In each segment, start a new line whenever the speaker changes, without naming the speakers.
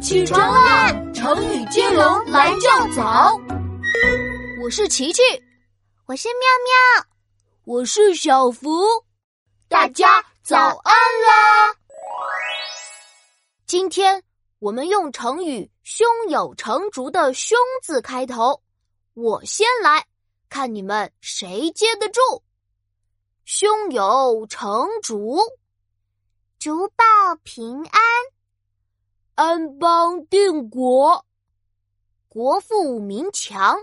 起床啦！成语接龙来较早。我是琪琪，
我是妙妙，
我是小福，大家早安啦！今天我们用成语“胸有成竹”的“胸”字开头。我先来，看你们谁接得住。胸有成竹，
竹报平安，
安邦定国，国富民强，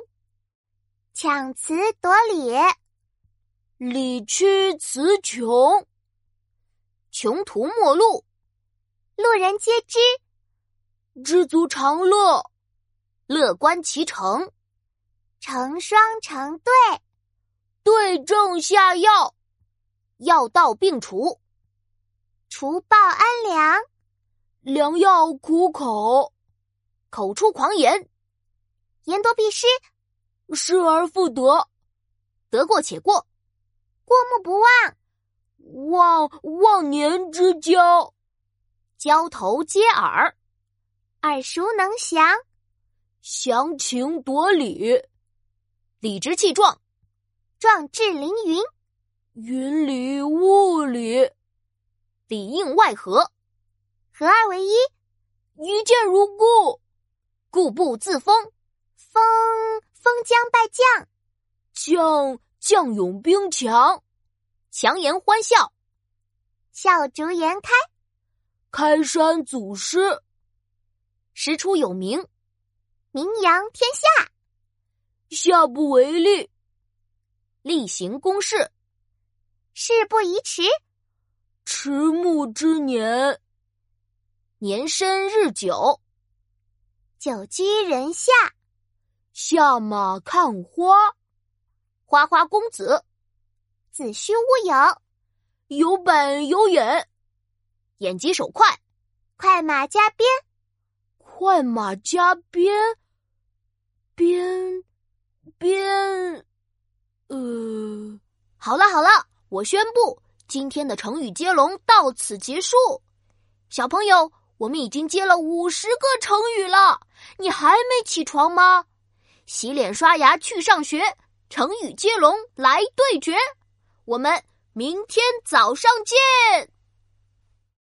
强词夺理，
理屈词穷，穷途末路，
路人皆知，
知足常乐，乐观其成，
成双成对，
对症下药，药到病除，
除暴安良，
良药苦口，口出狂言，
言多必失，
失而复得，得过且过，
过目不忘，
忘忘年之交，交头接耳，
耳熟能详，
详情夺理，理直气壮，
壮志凌云，
云里雾里，里应外合，
合二为一，
一见如故，固步自封，
封封将败将，
将将勇兵强，强颜欢笑，
笑逐颜开，
开山祖师，师出有名，
名扬天下，
下不为例，例行公事，
事不宜迟，
迟暮之年，年深日久，
久居人下，
下马看花，花花公子
子虚乌有，
有本有眼，眼疾手快，
快马加鞭，
快马加鞭，鞭鞭，呃，好了好了，我宣布今天的成语接龙到此结束。小朋友，我们已经接了五十个成语了，你还没起床吗？洗脸刷牙去上学，成语接龙来对决，我们明天早上见。